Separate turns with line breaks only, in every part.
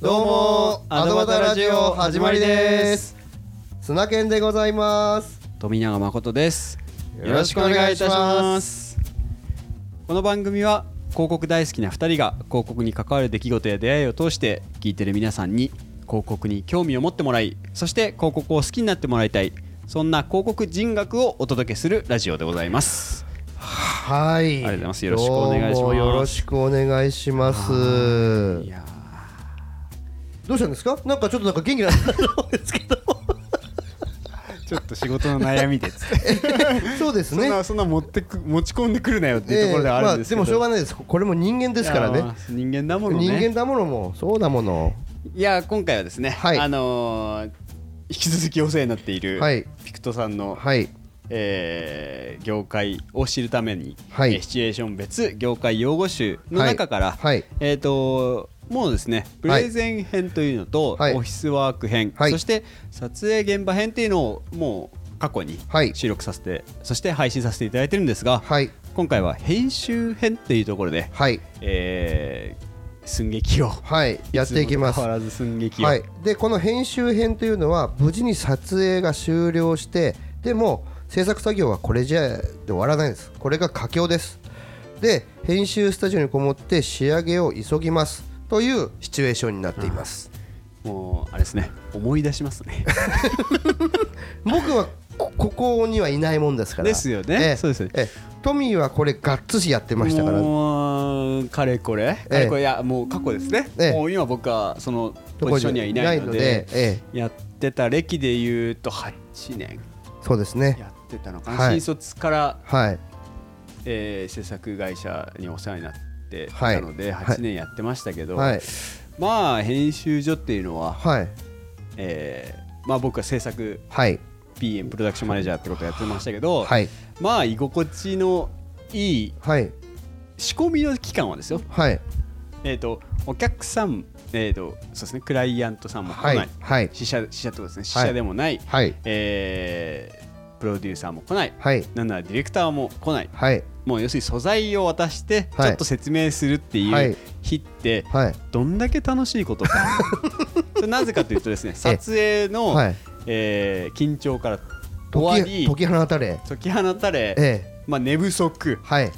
どうもアドバタラジオ始まりです砂犬でございます
富永誠です
よろしくお願いいたします
この番組は広告大好きな2人が広告に関わる出来事や出会いを通して聞いてる皆さんに広告に興味を持ってもらいそして広告を好きになってもらいたいそんな広告人学をお届けするラジオでございます
はい
ありがとうございますよろしくお願いします
どうもよろしくお願いします
いや
どうしたんですかなんかちょっとなんか元気な
ちょっと仕事の悩みでつ って
そうですね
そんな持ってく持ち込んでくるなよって
ええまあでもしょうがないですこれも人間ですから
いや
ね
ー人間だものね
人間だものもそうだもの
いや今回はですね、
はい
あのー引き続きお世話になっている、
はい
ピクトさんの、
はい
えー業界を知るために、
はい
えーシチュエーション別業界用語集の中から、
はいはい
えっ、ともうですねプレゼン編というのと、
はい
オフィスワーク編、
はい
そして撮影現場編っていうのをもう過去に
はい
収録させて、そして配信させていただいてるんですが、
はい
今回は編集編っていうところで、
はい
えー寸劇を
はいやっていきます
つもと変わらず寸劇を、
はい、でこの編集編というのは無事に撮影が終了してでも制作作業はこれじゃで終わらないですこれが佳境ですで編集スタジオにこもって仕上げを急ぎますというシチュエーションになっています、
もうあれですね思い出しますね
僕はこここにはいないもんですから
ですよねそうですよね
ええトミーはこれがっつしやってましたから
もうかれこれ、
え
かれこれいやもう過去ですね、
ええ
もう今僕はそのポジションにはいないので
ないのでえ
やってた歴でいうと8年
そうですね
やってたのかな、
はい
新卒から、
はい
えー制作会社にお世話になってたので、
はい
8年やってましたけど、
はい
まあ編集所っていうのは、
はい
えーまあ、僕は制作
はい
PM プロダクションマネージャーってことをやってましたけど、
はい
まあ居心地のいい
はい
仕込みの期間はですよ
はい
えー、とお客さん、えーとそうですね、クライアントさんも来な、
はいいはい
死者死者ってことですね、死者でもない、
はい
えープロデューサーも来ない、
はい
なんならディレクターも来ない、
はい
もう要するに素材を渡して、ち
はい
ょっと説明するって
はいいう
日って、
はい
どんだけ楽しいこと か、それなぜかというとですね、撮影の、
はい
えー緊張から終わ
解き
り
解、き放たれ
解き放たれ、
ええ
まあ、寝不足
はい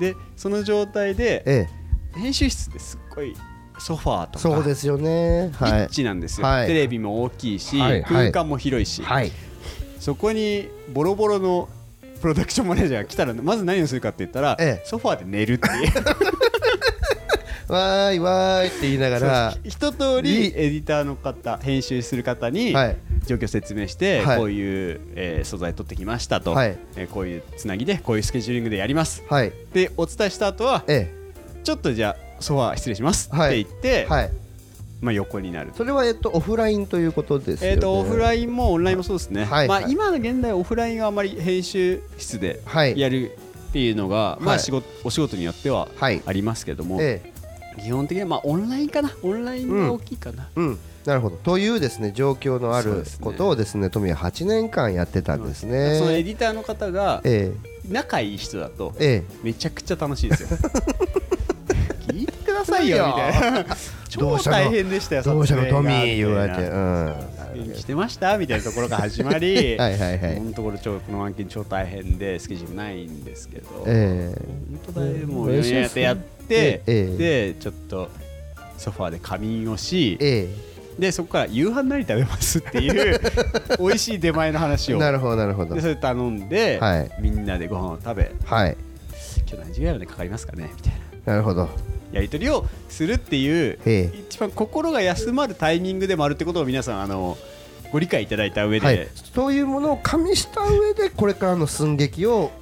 で、その状態で、
ええ
編集室ですっごいソファーとか。
そうですよね
ピ
は
ッ
い
チなんですよ、
はい
テレビも大きいし、
はい
空間も広いし、
はい
そこにボロボロのプロダクションマネージャーが来たらまず何をするかって言ったら、
ええ
ソファーで寝るっていう
わーいわーいって言いながら
そう一通りエディターの方編集する方に
はい
状況説明して、
はい
こういう、えー素材取ってきましたと、
はい
えーこういうつなぎでこういうスケジューリングでやります
はい
でお伝えした後は
え
ちょっとじゃあソファー失礼しますっ
は
て
い
言っ
え
て、
はい
まあ、横になる
それはえっとオフラインということですよ
え
ね
ー、とオフラインもオンラインもそうですね、
はい
まあ、
はい
今の現代オフラインはあまり編集室で
はい
やるっていうのが、ま
は
あ、
い
仕事お仕事によっては
はい
ありますけども、
ええ
基本的にはまあオンラインかなオンラインが大きいかな、
うんなるほどというですね状況のあ
そう
る
ですね
ことをですね富は8年間やってたんです
そのエ
ね
ディターの方が
え
仲いい人だと
ええ
めちゃくちゃ楽しい ですよ聞いてくださいよみたいな
ど
超
うしたの
大変でした
え
よ
どうしたの
撮影
トミ
が
ー言われ
み
て
たいな
うん
来てましたみたいなところが始ま り
はいはいはい
このところ超この案件超大変でスケジュールないんですけど、
え
本当だよもう
ええ
やってやって、
ええ
でちょっとソファーで仮眠をし
ええ
でそこから夕飯何食べますっていう 美味しい出前の話
え
を
なるほどなるほど
でそれ頼んで、
はい
みんなでご飯を食べ
はい
今日何時ぐらいまでかかりますかねみたいな
なるほど
やり取りをするっていう、
ええ
一番心が休まるタイミングでもあるってことを皆さんあのご理解いただいた上で、
はい、そういうものを加味した上でこれからの寸劇を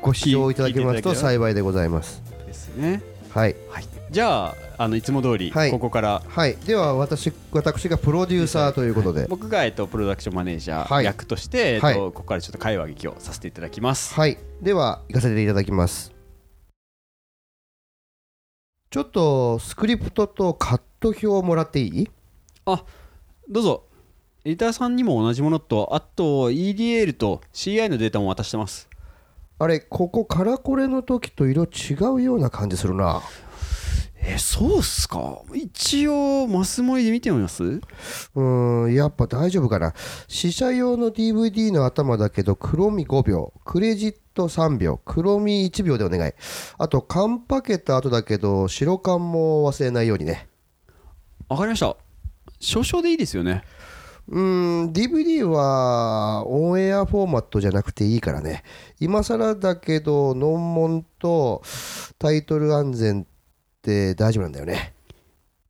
ご使用いただけます
聞
と
いていただければ
幸いでございます
ですね、
はい、
はい、じゃああのいつも通り、
はい
ここから
はい、では私私がプロデューサーということで
僕が、えっと、プロダクションマネージャ
は
ー
い
役として、
は
えっ
い
と、ここからちょっと会話劇をさせていただきます。
はいでは行かせていただきますちょっとスクリプトとカット表をもらっていい
どうぞエディターさんにも同じものとあと EDL と CI のデータも渡してます
あれここカラコレの時と色違うような感じするな
えそうっすか一応マス盛りで見てみます
うーんやっぱ大丈夫かな試写用の DVD の頭だけど黒み5秒クレジット3秒黒み1秒でお願いあと缶パケた後だけど白缶も忘れないようにね
わかりました少々でいいですよね
うーん DVD はオンエアフォーマットじゃなくていいからね今更だけどノンモンとタイトル安全って大丈夫なんだよね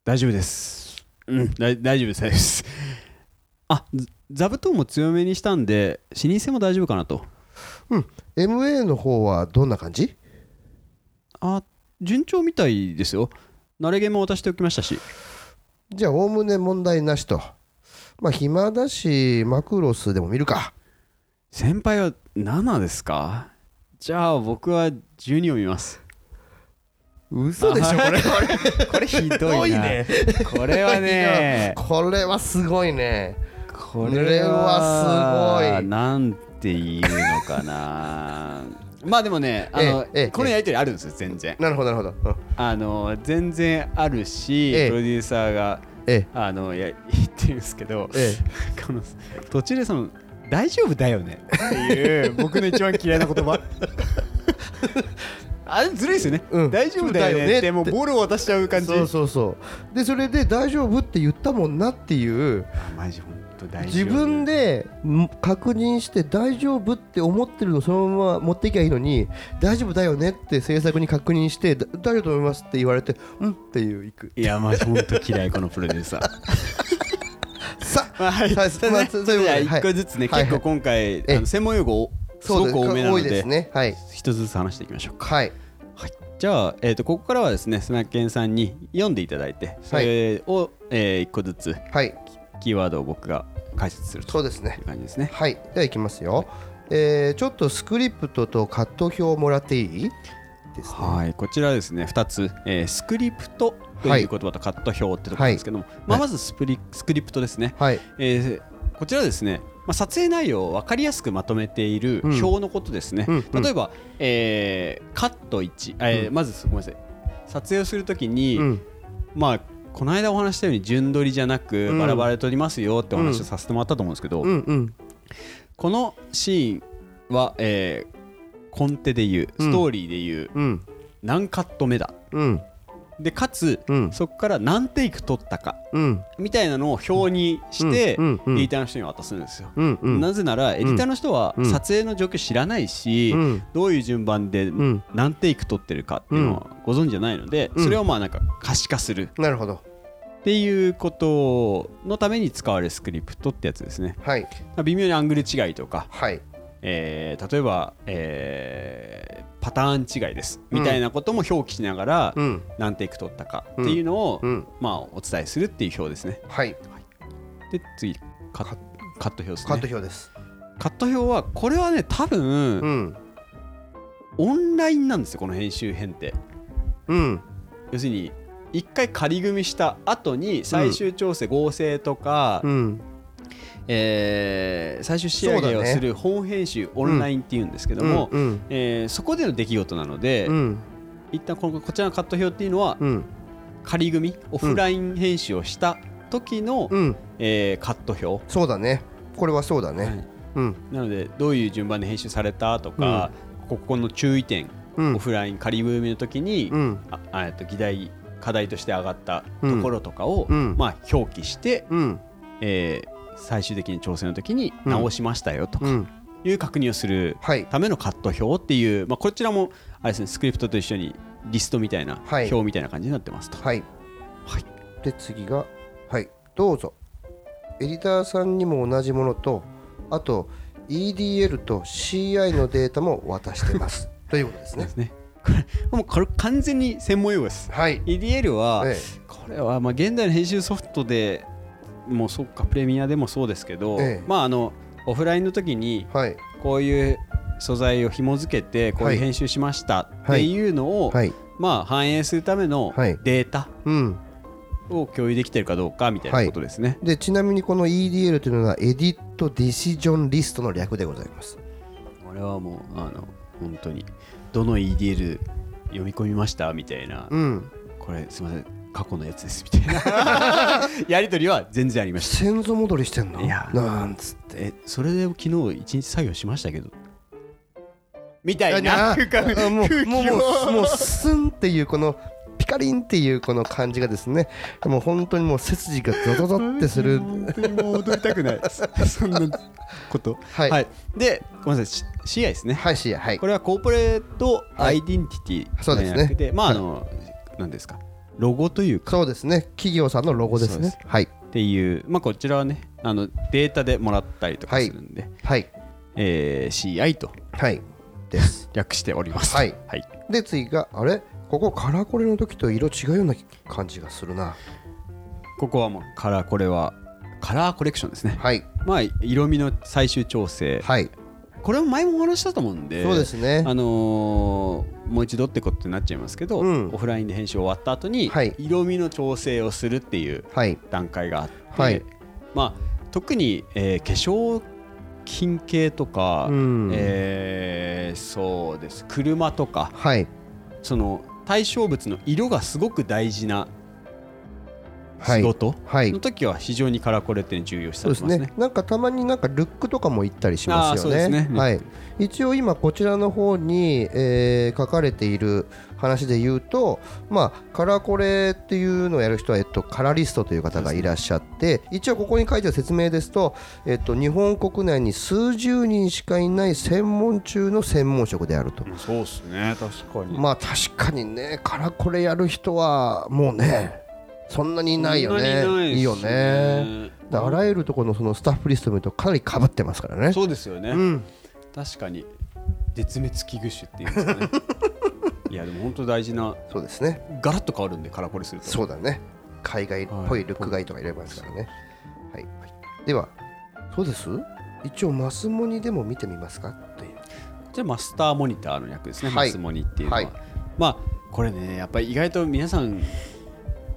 大丈夫ですうんだい大丈夫です大丈夫ですあず座布団も強めにしたんで視認性も大丈夫かなと
MA の方はどんな感じ
あ順調みたいですよ慣れ毛も渡しておきましたし
じゃあおおむね問題なしとまあ暇だしマクロスでも見るか
先輩は7ですかじゃあ僕は12を見ます
嘘でしょこれ
これひどいな
多いね
これはね
これはすごいね
こ
れはすごい
なんていうのかなまあでもねあの、
ええええ
このやり取りあるんですよ全然
なるほどなるほど、うん
あの全然あるし、
ええ
プロデューサーが
ええ
あのや言ってるんですけど、
え
この途中でその「大丈夫だよね」っていう僕の一番嫌いな言葉 あれずるいですよね、
うん
大丈夫だ
そ
よ
うだよ
ね
ね
ってもうボールを渡しちゃう感じ
そうそうそうでそれで大丈夫って言ったもんなっていう
あマジ本当大丈
自
夫
分でん確認して大丈夫って思ってるのそのまま持っていきゃいいのに大丈夫だよねって制作に確認してだ大丈夫と思いますって言われてうんっていういく
いやマジ本当嫌いこのプロデューサー
さ
まあはい、
はい
そう
まあ
ね
そう
じ
いうことで
ゃあ
はい
一個ずつね、
はい
結構今回、
え
あの専門用語をす
そ
ご
う
く多めな
多
の
い
で
ですねはい
一つずつ話していきましょうか、
はい
はい、じゃあ、えー、とここからはですねスナッケンさんに読んでいただいてそれを、えー一個ずつ
はい
キーワードを僕が解説すると
そうですね
いう感じですね
はいではいきますよ、えーちょっとスクリプトとカット表をもらっていいですね
はいこちらですね2つ、えースクリプトという言葉とカット表ってところですけども、まあ、まずスプリスクリプトですね、
はい
えーこちらですね、まあ、撮影内容を分かりやすくまとめている
うん
表のことですね、
うんうん
例えば、えーカット1、えーまずごめんなさい撮影をするときに、
うん
まあこの間お話したように順撮りじゃなく
うん
バラバラで撮りますよってお話をさせてもらったと思うんですけど、
うんうん
このシーンは、えーコンテでいう
うん
ストーリーでいう、
うん
何カット目だ
うん
でかつ、
うん
そこから何テイク撮ったか
うん
みたいなのを表にして、
うんうんうん
エディターの人に渡すんですよ。
うんうん
なぜならエディターの人は
うん
撮影の状況知らないし、
うん
どういう順番で
ん
何テイク撮ってるかっていうのはご存知じゃないので、
うん
それをまあなんか可視化する
なるほど
っていうことのために使われるスクリプトってやつですね
はい
微妙にアングル違いとか、
はい
えー例えば、えーパターン違いですみたいなことも表記しながら
うん
何テイク撮ったかっていうのを、
うん
まあ、お伝えするっていう表ですね
はい
で次カッカット表です
カット
ね
表です
カット表はこれはね多分、
うん
オンラインなんですよこの編集編って
うん
要するに一回仮組みした後に最終調整、合成とか、
うん
えー最終仕上げ
そう
を
だね
する本編集オンラインっていうんですけども、
うん
えーそこでの出来事なので、
うん
一旦このこちらのカット表っていうのは
うん
仮組みオフライン編集をした時の、
うん
えーカット表、
そうだねこれはそうだ
は
ね
い
うん
なのでどういう順番で編集されたとか、ここの注意点、
うん
オフライン仮組みの時に、
うん
ああえっと議題課題として上がったところとかを、
うん
まあ、表記して、
うん
えー最終的に調整の時に直しましたよとか
うん
いう確認をする
はい
ためのカット表っていう、まあ、こちらもあれです、ね、スクリプトと一緒にリストみたいな
はい
表みたいな感じになってますと。
はい
はい
で次がはいどうぞエディターさんにも同じものとあと EDL と CI のデータも渡してます ということです
そうで
ね
すねこれもうこれ完全に専門用語です。
はい
EDL は、
え
これはまあ現代の編集ソフトでもうそっかプレミアでもそうですけど、
ええ
まあ、あのオフラインの時に
えはい
こういう素材を紐付けてこう
はいいう
編集しましたっ
は
て
い
いうのを、
はい
まあ、反映するための
はい
データ
うん
を共有できてるかどうかみたいなことですね。
でちなみにこの EDL というのはエディットディシジョンリストの略でございます
これはもうあの本当にどの EDL 読み込みましたみたいな、
うん
ここれすみません過去のやつですみたいなやり取りは全然ありまし
先祖戻りしてんの
いや
なんつって
たえそれで昨日一日作業しましたけどみたいな
あ
空間
あも
空
う
気
もうもう
を
もうスンっていうこのピカリンっていうこの感じがですねもう本当にもう背筋がゾゾゾってする
本当にもう踊りたくないそんなこと
は
はい
はい
い、でごめんなさい CI ですね、
はいしはい
これはコーポレートアイデンティティ
そうですね
じゃなくてまああの、なんですかロゴというか
そうですね企業さんのロゴです
そうで
ね
す
はい
っていうまあこちらはねあのデータでもらったりとか
はい
するんで、
はい
えー CI と
はいです
略しております
はい
はい、
で次があれここカラコレの時と色違うような感じがするな
ここはもうカラーこれはカラーコレクションですね
はい
まあ色味の最終調整
はい
これも前もお話ししたと思うんで
そうですね
あのーもう一度ってことになっちゃいますけど、
うん
オフラインで編集終わった後に、
はい
色味の調整をするっていう
はい
段階があって、
はい
まあ、特に、えー化粧品系とか、
うん
えーそうです車とか
はい
その対象物の色がすごく大事な
は
仕
い
事
はい
の時は非常にカラコレって重要視さ
そう
れ
で
て
すね
ますね。。
なんかたまになんかルックとかも行ったりしますよ
あー
ね。
そうですね
はい。一応今こちらの方に、えー書かれている話で言うと、まあカラコレっていうのをやる人はえっとカラリストという方がいらっしゃって、一応ここに書いてある説明ですと、えっと日本国内に数十人しかいない専門中の専門職であると。
そうですね確かに
まあ確かにねカラコレやる人はもうね。そんなにいないよね。いいよね。だあらゆるところのそのスタッフリストを見るとかなりかぶってますからね。
そうですよね、
うん、
確かに絶滅危惧種っていうんですか ねいやでも本当大事な
そうですね。
ガラッと変わるんでカラコレすると
そうだね。海外っぽいルックガイとかいればですからね。はい。では、そうです一応マスモニでも見てみますかという。
じゃあマスターモニターの役ですね、
はい
マスモニっていうのは、
はい
まあこれねやっぱり意外と皆さん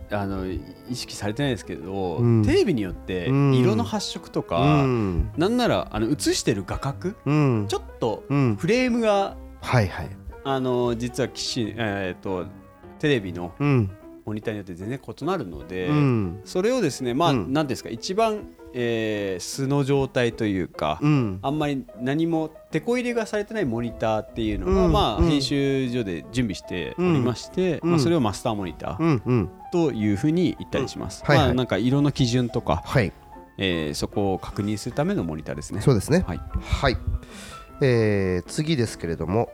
あの意識されてないですけど、
うん
テレビによって
うん
色の発色とか、
うん。
なんならあの映してる画角
うん
ち。ょっと
うん。
フレームが
はいはい。
あの実は機種、えー、とテレビの
うん。
モニターによって全然異なるので、
うん。
それをですねまあ、
う
なんん、ですか一番、えー素の状態というか、
うん。
あんまり何も手こ入れがされてないモニターっていうのが、
うん
ま
う
あ、
ん
編集所で準備しておりまして、
うん
ま
う
あ、
ん
それをマスターモニター
うん。うん。
というふうに言ったりします、
うんはいはい
まあ、なんか色の基準とか、
はい。
えーそこを確認するためのモニターですね
そうですね。
はい、
はい、えー次ですけれども、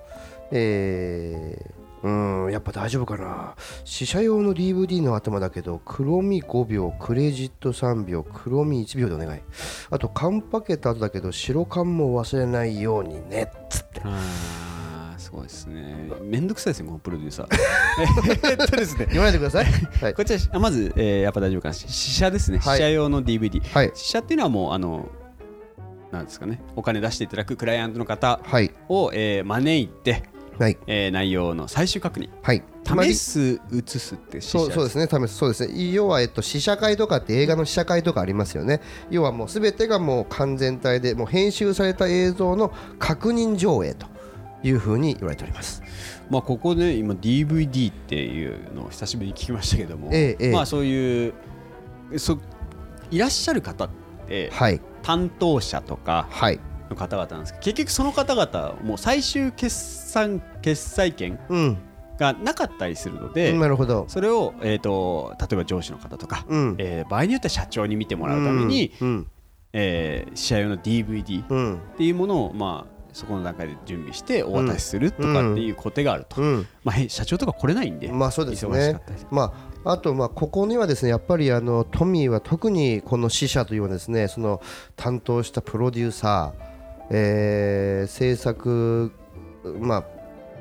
えーうーんやっぱ大丈夫かな試写用の DVD の頭だけど黒み5秒クレジット3秒黒み1秒でお願いあと缶パケット後だけど白缶も忘れないようにねっつって
あーすごいですねめんどくさいですねこのプロデューサ ーえっとですね
言わないでくださいはい、
こちらあまず、えーやっぱ大丈夫かな試写ですね、
はい
試写用の DVD
はい
試写っていうのはもうあのなんですかねお金出していただくクライアントの方
はい
を、えー招いて
はい
えー内容の最終確認
はいつまり
試す写すって指示
そうそうですね、試すそうですね要は、えっと、試写会とかって映画の試写会とかありますよね、要はもうすべてがもう完全体で、もう編集された映像の確認上映というふうに言われております。
まあここね今 DVD っていうのを久しぶりに聞きましたけども、
ええええ
まあそういうそいらっしゃる方って
はい、
担当者とか
はい、
の方々なんですけど結局その方々もう最終決算決裁権
うん、
がなかったりするので、
なるほど。
それを、えー、と例えば上司の方とか、
うん
えー場合によっては社長に見てもらうために、
うん、
えー試合用の DVD
うん、うん、
っていうものを、まあ、そこの段階で準備してお渡しするとかっていう工程があると、
うん
まあ、へ社長とか来れないんで、
まあそうです
忙し
ね
かったりと。か
まああとまあここにはですねやっぱりあのトミーは特にこの死者というのはですねその担当したプロデューサー、えー制作まあ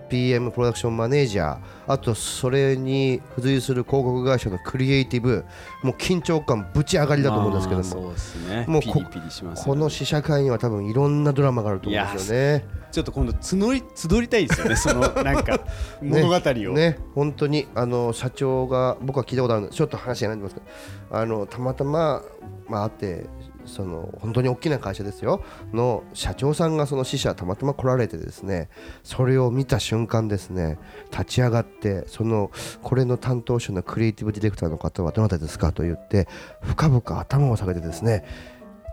PM プロダクションマネージャーあとそれに付随する広告会社のクリエイティブもう緊張感ぶち上がりだと思うんですけど
まあ
も、
そうですね
もう
ピ
こ
リピリします
こ
よ
の試写会には多分いろんなドラマがあると思うんですよね。
ちょっと今度募り集りたいですよねそのなんか
ね
物語を、
ね本当にあの社長が僕は聞いたことあるんでちょっと話がないんですけどあのたまたま、まあ、会ってその本当に大きな会社ですよの社長さんがその支社たまたま来られてですねそれを見た瞬間ですね立ち上がってそのこれの担当者のクリエイティブディレクターの方はどなたですかと言って深々頭を下げてですね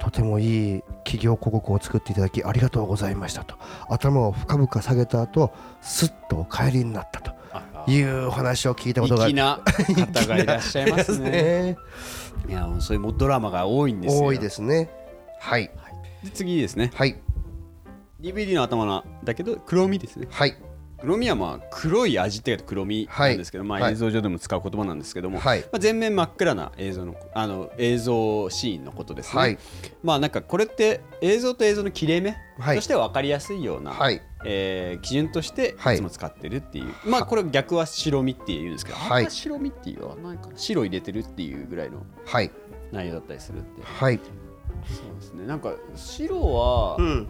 とてもいい企業広告を作っていただきありがとうございましたと頭を深々下げた後すっとお帰りになったというお話を聞いたことがあ
粋
り
な方がいらっしゃいま
ますす
ね。
ね。
いや、もうそういうもうドラマが多いんですよ。
多いですね。はい
で次ですね。
はい
DVD の頭なだけど黒みですね。
はい
黒みはまあ黒い味って書いて黒みなんですけど、
はい
まあ
はい
映像上でも使う言葉なんですけども、
はい
まあ、全面真っ暗な映像のあの映像シーンのことですね。
はい
まあなんかこれって映像と映像の切れ目
はい
としては分かりやすいような、
はい
えー基準として
はい
いつも使ってるっていう、まあこれ逆は白身っていうんですけど、
はい
あんま白身っていうはないかな白入れてるっていうぐらいの
はい
内容だったりするって
はい
そうですねなんか白は
うん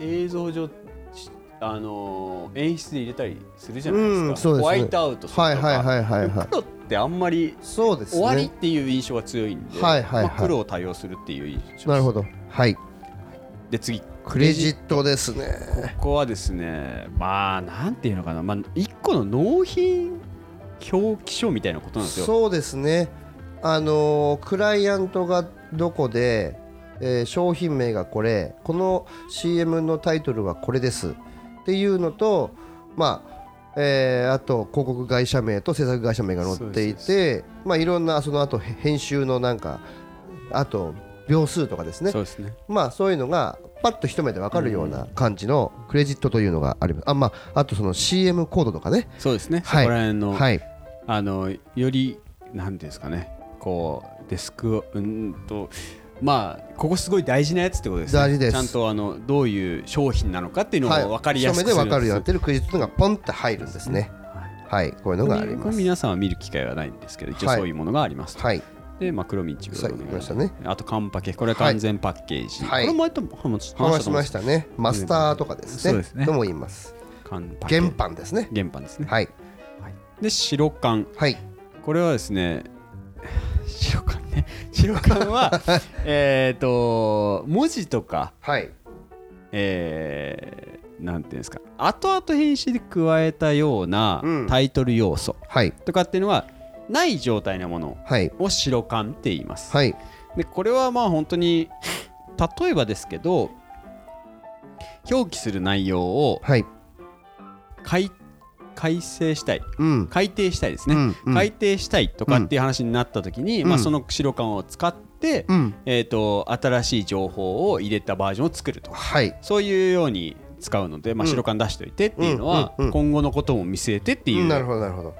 映像上、しあのー演出で入れたりするじゃないですか、
うんそうですね
ホワイトアウトするとか、
はいはいはいはいはい
黒ってあんまり
そうです
終わりっ
ね。
ていう印象が強いんで、
はいはいはい
まあ、黒を多用するっていう印象です
なるほどはい
で次
クレジットですね。
ここはですねまあなんていうのかな、まあ、一個の納品表記書みたいなことなんですよ。
そうですね。あのークライアントがどこで、えー商品名がこれこの CM のタイトルはこれですっていうのとまあえーあと広告会社名と制作会社名が載ってい
そう
て、まあ、いろんなその後へ編集のなんかあと秒数とかですね
そうですね
まあそういうのがパッと一目で分かるような感じのクレジットというのがあります。あまああとその CM コードとかね。
そうですね、
はい
そこら辺の、
はい。
あのよりなんていうんですかねこうデスクをうーんとまあここすごい大事なやつってことですね
大事です
ちゃんとあのどういう商品なのかっていうの
はい。
を分かりやすく
一目で分かるようにな
や
ってるクレジットがポンって入るんですね。はい。こういうのがあり
こ
ま
れ
す。
皆さんは見る機会はないんですけど一応
はい
そういうものがありますと、
はい。
で、まあ、黒道を
さあ言いましたね
あとカンパケこれは
はい
完全パッケージ、
はい
これ前とも話したと思
話
うんで
し
す
ましたね。マスターとかですね。
そうですね
とも言います。
缶パケ
原版ですね。
原版ですね、
はい。
で白缶
はい。
これはですね白缶ね白缶 はえっと文字とか
はい。
えーなんていうんですか後々編集で加えたような
うん
タイトル要素
はい。
とかっていうのはない状態のもの
はい。
を白缶って言います、
はい。
でこれはまあ本当に例えばですけど表記する内容を
はい。
改改正したい
うん。
改定したいです
う
ね、
ん。うん
改定したいとかっていう話になった時に、
うん
まあ、その白缶を使って、
うん。
えー、と新しい情報を入れたバージョンを作るとか
はい。
そういうように使うので、まあ、
うん
白缶出しておいてっていうのは、
うんうんうん
今後のことも見据えてってい
なる
う
ほどなるほど。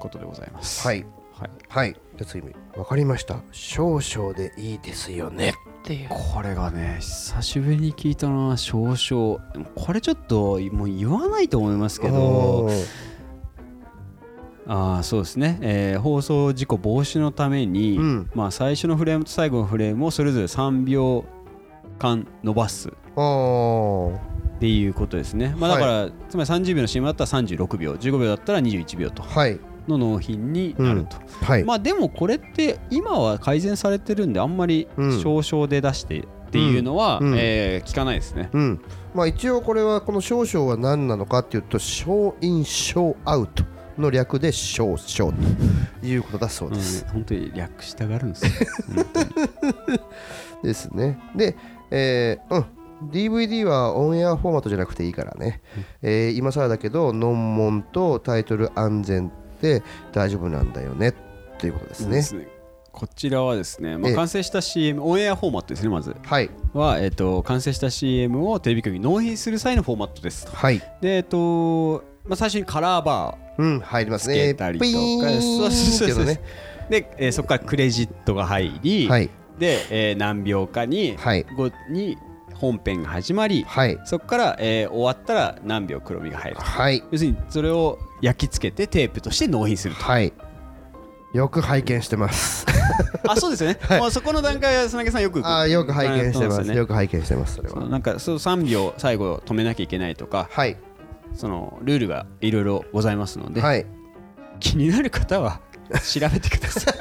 ことでございます。
はい。
はい
はい。じゃあ次わかりました。少々でいいですよね。っていう。
これがね久しぶりに聞いたな少々でもこれちょっともう言わないと思いますけどあーそうですね、えー放送事故防止のために、
うん
まあ、最初のフレームと最後のフレームをそれぞれ3秒間伸ばす
おおー
っていうことですね、まあ、だ
はい
から、つまり30秒の CM だったら36秒15秒だったら21秒と
はい
の納品になると、
はい、
まあでもこれって今は改善されてるんであんまり
うん
少々で出してっていうのは、
うん
えー聞かないですね、
うんまあ、一応これはこの少々は何なのかっていうと小イン小アウトの略で少々ということだそうです、
うん本当に略したがるんですよ
ですねでえーうん DVD はオンエアフォーマットじゃなくていいからね、えー今更だけど「ノンモン」とタイトル「安全」って大丈夫なんだよねっていうことですね
ですねこちらはですね、ま
え
あ、
え
完成した CM オンエアフォーマットですねまず
はい
は、えっと完成した CM をテレビ局に納品する際のフォーマットですと
はい
でえっと、まあ、最初にカラーバー
うん入ります
つけ
ね
たりと
ピ
か、
ーン
そうそう
け
そうそ
ど
う
ね
で、えーそこからクレジットが入り、
はい
で、えー何秒かに,、
はい
後に本編が始まり、
はい
そこから、えー終わったら何秒黒みが入ると
はい
要するにそれを焼き付けてテープとして納品する と
はいよく拝見してます
あそうですよね、もうそこの段階は砂毛さんよく
あーよく拝見してます
そう
よ,、
ですよね
く拝見してますそれ
そ
は
うなんかそう3秒最後止めなきゃいけないとか
はい
そのルールがいろいろございますので、
はい
気になる方は調べてください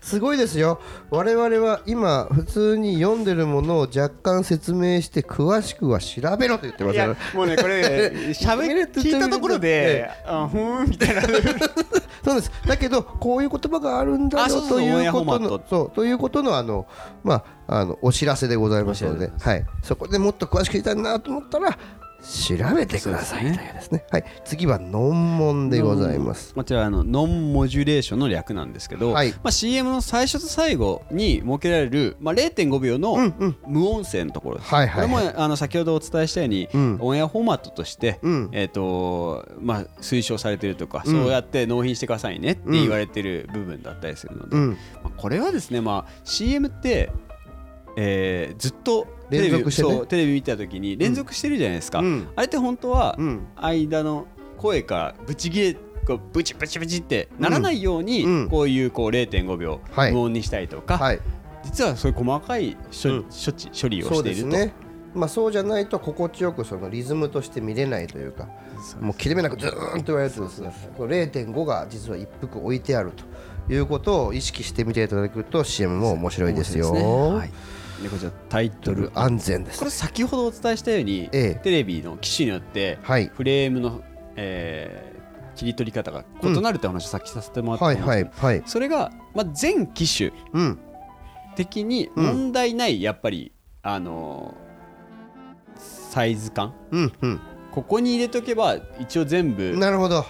すごいですよ我々は今普通に読んでるものを若干説明して詳しくは調べろと言ってま
い
すか
や
ら
もうねこれ ね喋る聞いたところで「あふーん」みたい な
そうですだけどこういう言葉があるんだ
あそう
よ
そう
というこ
オンエアフ
と
ォーマッ
の
ト
そうということのあのまああのお知らせでございますので
お知らせでご
はいそこでもっと詳しく知りたいなと思ったら調べてくださいというですねはい次は「のんもん」でございます
こちらあのノンモジュレーションの略なんですけど、
はい
まあ、CM の最初と最後に設けられる、まあ、0.5秒の無音声のところです、
はいはいはい
これもあの先ほどお伝えしたように、
ん
オンエアフォーマットとして、
うん
えーとまあ、推奨されてるとか、
うん
そうやって納品してくださいねって言われてる部分だったりするので、
うん
まあこれはですね、まあ、CM って、えーずっとテレビ
連続してね
そうテレビ見た時に連続してるじゃないですか、
うん
あれって本当は
うん
間の声からブチ切れこうブチブチブチってならないように、
うん
こういうこう0.5秒
はい
無音にしたりとか、
はい
実はそういう細かい処,、
うん
処置処理を
そう
して
で
い
す
ると
ねまあそうじゃないと心地よくそのリズムとして見れないというか
そう
もう切れ目なくずーンと言われるやつですねこの0.5が実は一服置いてあるということを意識してみていただくと CM も面白いですよ
面白いですねはい、でこちらタイトル
安全です
これ先ほどお伝えしたように、
ええ
テレビの機種によって
はい
フレームの、えー切り取り方が異なるって話をさっきさせてもらった
は
ん
い
ですけど、
はいはい
それが、まあ、全機種
うん
的に
うん
問題ないやっぱり、あのーサイズ感
うんうん
ここに入れとけば一応全部
なるほど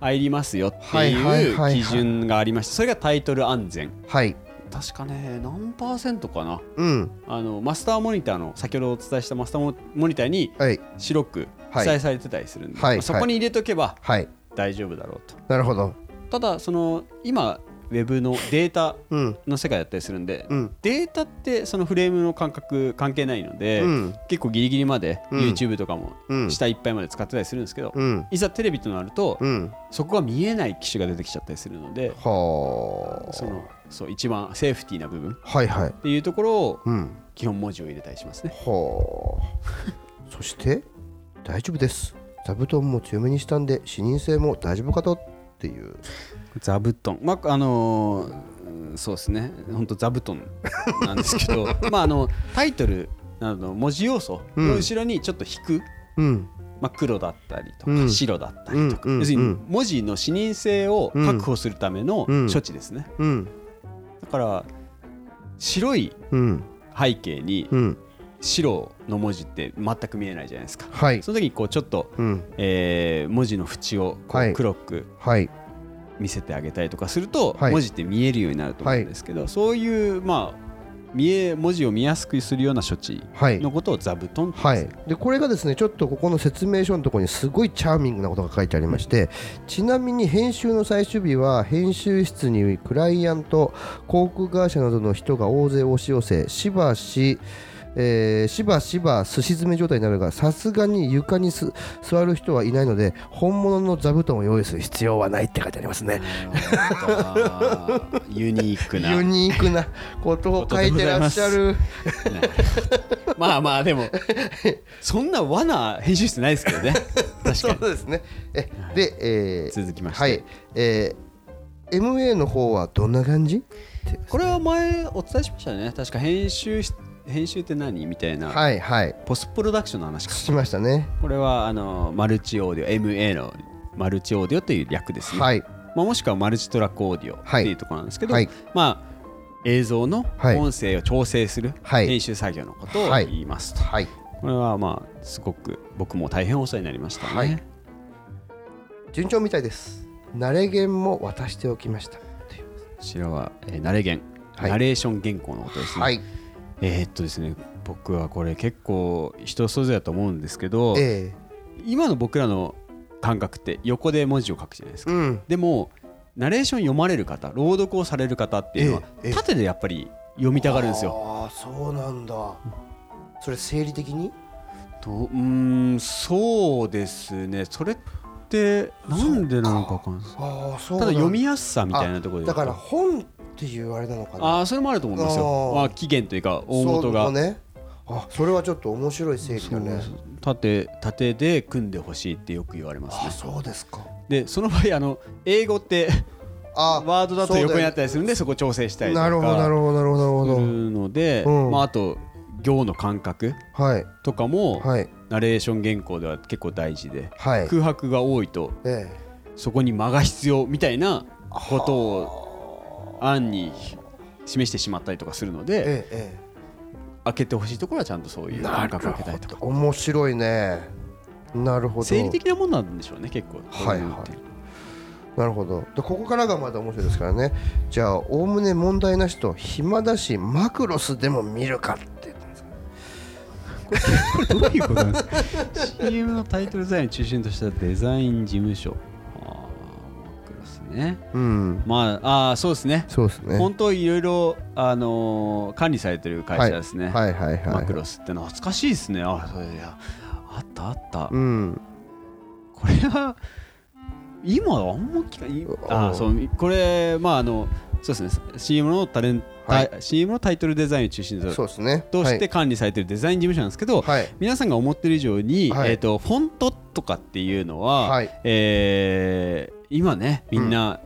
入りますよって
はいはいはい
い
はい
う基準がありましてそれがタイトル安全
はい
確かね何パーセントかな
うん
あのマスターモニターの先ほどお伝えしたマスターモモニターに
はい
白く記載されてたりするんで、
はい
まあそこに入れとけば
はい
大丈夫だろうと
なるほど
ただその今ウェブのデータ
うん
の世界だったりするんで、
うん
データってそのフレームの間隔関係ないので、
うん
結構ギリギリまで
うん
YouTube とかも
うん
下いっぱいまで使ってたりするんですけど、
うん
いざテレビとなると、
うん
そこが見えない機種が出てきちゃったりするので
は
そのそう一番セーフティーな部分
あはいはい
っていうところを
うん
基本文字を入れたりしますね。
はあそして大丈夫です座布団も強めにしたんで視認性も大丈夫かとっていう
座布団まああのーうんそうですね本当座布団なんですけ どまああのタイトルなどの文字要素の後ろにちょっと引く、
うん
まあ、黒だったりと
う
か
ん
白だったりとか、
うんうん
要するに
うん
文字の視認性を確保するための
うん
処置ですね、
うん
だから白い
うん
背景に
うん
白の文字って全く見えないじゃないですか
はい
その時にこうちょっと、
うん
えー文字の縁をこ
は
う
い
黒く
はい
見せてあげたりとかすると、
はい
文字って見えるようになると思うんですけど、そういうまあ見え文字を見やすくするような処置
はい
のことを座布団って
は
言うん
い
ですね、
でこれがですねちょっとここの説明書のところにすごいチャーミングなことが書いてありましてちなみに編集の最終日は編集室にクライアント航空会社などの人が大勢押し寄せしばしえーしばしばすし詰め状態になるがさすがに床にす座る人はいないので本物の座布団を用意する必要はないって書いてありますね
あーユニークな
ユニークな ことを書いてらっしゃる
まあまあでもそんな罠編集室ないですけどね確か
そ
に
うですねえで、えー
続きまして、
はい、えー MA の方はどんな感じ
これは前お伝えしましたね確か編集し編集って何みたいな、
はいはい
ポストプロダクションの話か
しましたね
これはあのマルチオーディオ MA のマルチオーディオという略ですね、
はい
まあ、もしくはマルチトラックオーディオ
はい
っていうところなんですけど、
はい
まあ映像の
はい
音声を調整する
はい
編集作業のことを
はい
言いますと、
はい
これはまあすごく僕も大変お世話になりましたね、
はい順調みたいです慣れ弦も渡しておきました
こちらは、えーナレゲン、
はい
ナレーション原稿のことですね。
はい
えーっとですね、僕はこれ結構人それぞれだと思うんですけど、
え
今の僕らの感覚って横で文字を書くじゃないです
え
か。
うん
でも、ナレーション読まれる方、朗読をされる方っていうのは、
ええええ
縦でやっぱり読みたがるんですよ。
ああそうなんだそれ生理的に
とうーん、そうですね、それってなんでなのかわかんないです
ああそう
た
な
だ
ん
読みやすさみたいなところで言
だ
うと
から本っていうあれなのかな
ああ、それもあると思いますよ。
あー
まあ、起源というか、大元
そ
が
う。ねあそれはちょっと面白い整理だね
縦縦で組んでほしいってよく言われます
あ
ね
そうですか
でその場合あの英語って
あ
ワードだと
そうよ
横にあったりするんでそこ調整したりとか
なるほどなるほどなるほどな
す
る
るので、
うん
まあ、あと行の感覚
ほどはい
とかも、
はい
ナレーション原稿では結構大事で、
はい
空白が多いと
え
そこに間が必要みたいなことを案に示してしまったりとかするの
え
で、
ええ
開けてほしいところはちゃんとそういう感覚を開けたりとか
面白いねなるほど
生理的なものなんでしょうね結構
はい
こううのって
なるほどでここからがまだ面白いですからねじゃあおおむね問題なしと暇だしマクロスでも見るかって
これどういうことなんですか CM のタイトルデザインを中心としたデザイン事務所あーマクロスね
うん
まああーそうですね
そうですね
本当いろいろあのー管理されてる会社ですね、
はいはいはいはい
マクロスってのは懐かしいですねあそういやあったあった、
うん
これは今あんま聞かいうあ
ん
そうこれまああのそうですね CM のタレン、
はい
タ CM のタイトルデザインを中心と
そうですね
として管理されてるデザイン事務所なんですけど、
はい
皆さんが思ってる以上に、
はい
えー、とフォントとかっていうのは、
はい
えー今ねみんな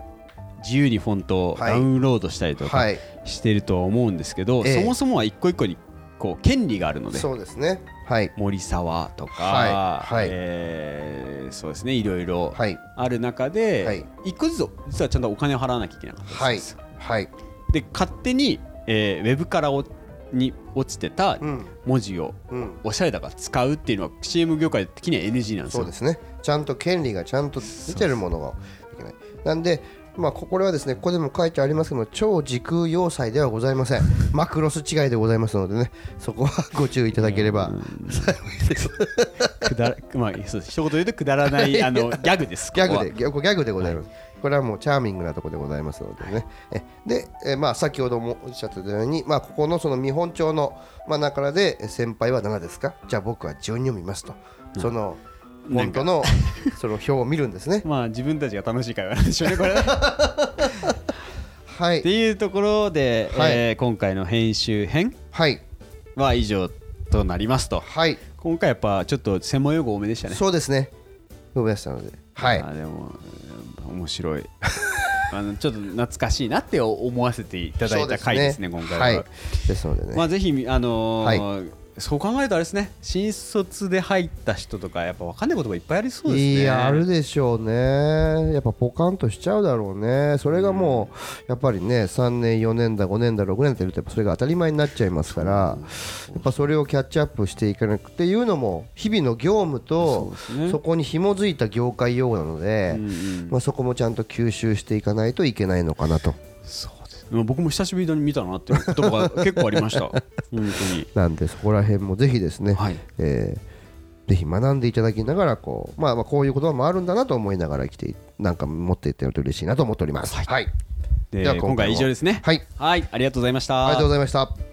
自由にフォントを
はい
ダウンロードしたりと
は
か
い
してるとは思うんですけど、
ええ
そもそもは一個一個にこう権利があるので
そうですねはい
森沢とか、
はいはい
えーそうですねいろいろ
はい
ある中で、
はい
一個ずつ実はちゃんとお金を払わなきゃいけなかったりするん
は
で
い
すよ
はい
で勝手に、えーウェブからおに落ちてた
うん
文字を
うん
おしゃれだから使うっていうのは CM 業界的には NG なんです
そ
よ
うですねちゃんと権利がちゃんと出てるものがいけないなんでまあここれはですねここでも書いてありますけども超時空要塞ではございませんマクロス違いでございますのでねそこはご注意いただければ
くだら まあそうです一言で言うとくだらないあのギャグです
ギャ
こ
グ
こは
でギャグギャグでございます、これはもうチャーミングなところでございますのでね、えで、えーまあ、先ほどもおっしゃってたように、まあ、ここのその見本帳の、まあ、中でえー先輩は7ですかじゃあ僕は順に読みますと、その本当のその表を見るんですね
まあ自分たちが楽しい会話なんでしょうねこれっ
は
て
い
いうところで、
はい
えー今回の編集編
はい
は以上となりますと
はい
今回やっぱちょっと専門用語多めでしたね
そうですね。呼び出したので。はい
あ。ーでもうん面白い あのちょっと懐かしいなって思わせていただいた回ですね
そう
今回は、
い。ですのでね。
まあぜひあのーそう考えるとあれですね新卒で入った人とかやっぱ分かんないことがいっぱいありそうですね
いやあるでしょうねやっぱポカンとしちゃうだろうねそれがもうやっぱりね3年4年だ5年だ6年だってやるとやっぱそれが当たり前になっちゃいますからやっぱそれをキャッチアップしていかなくていうのも日々の業務と
そうですね
そこに紐づいた業界用語なので
うんうん
まあそこもちゃんと吸収していかないといけないのかなと
そうですね僕も久しぶりに見たなっていう言葉が結構ありま した本当に
なんでそこら辺もぜひですね、
はい
えーぜひ学んでいただきながらこう、まあ、まあこういう言葉もあるんだなと思いながら来てなんか持っていってやると嬉しいなと思っております。はい、
で
では
今回は以上ですね
はい、
はいありがとうございました
ありがとうございました。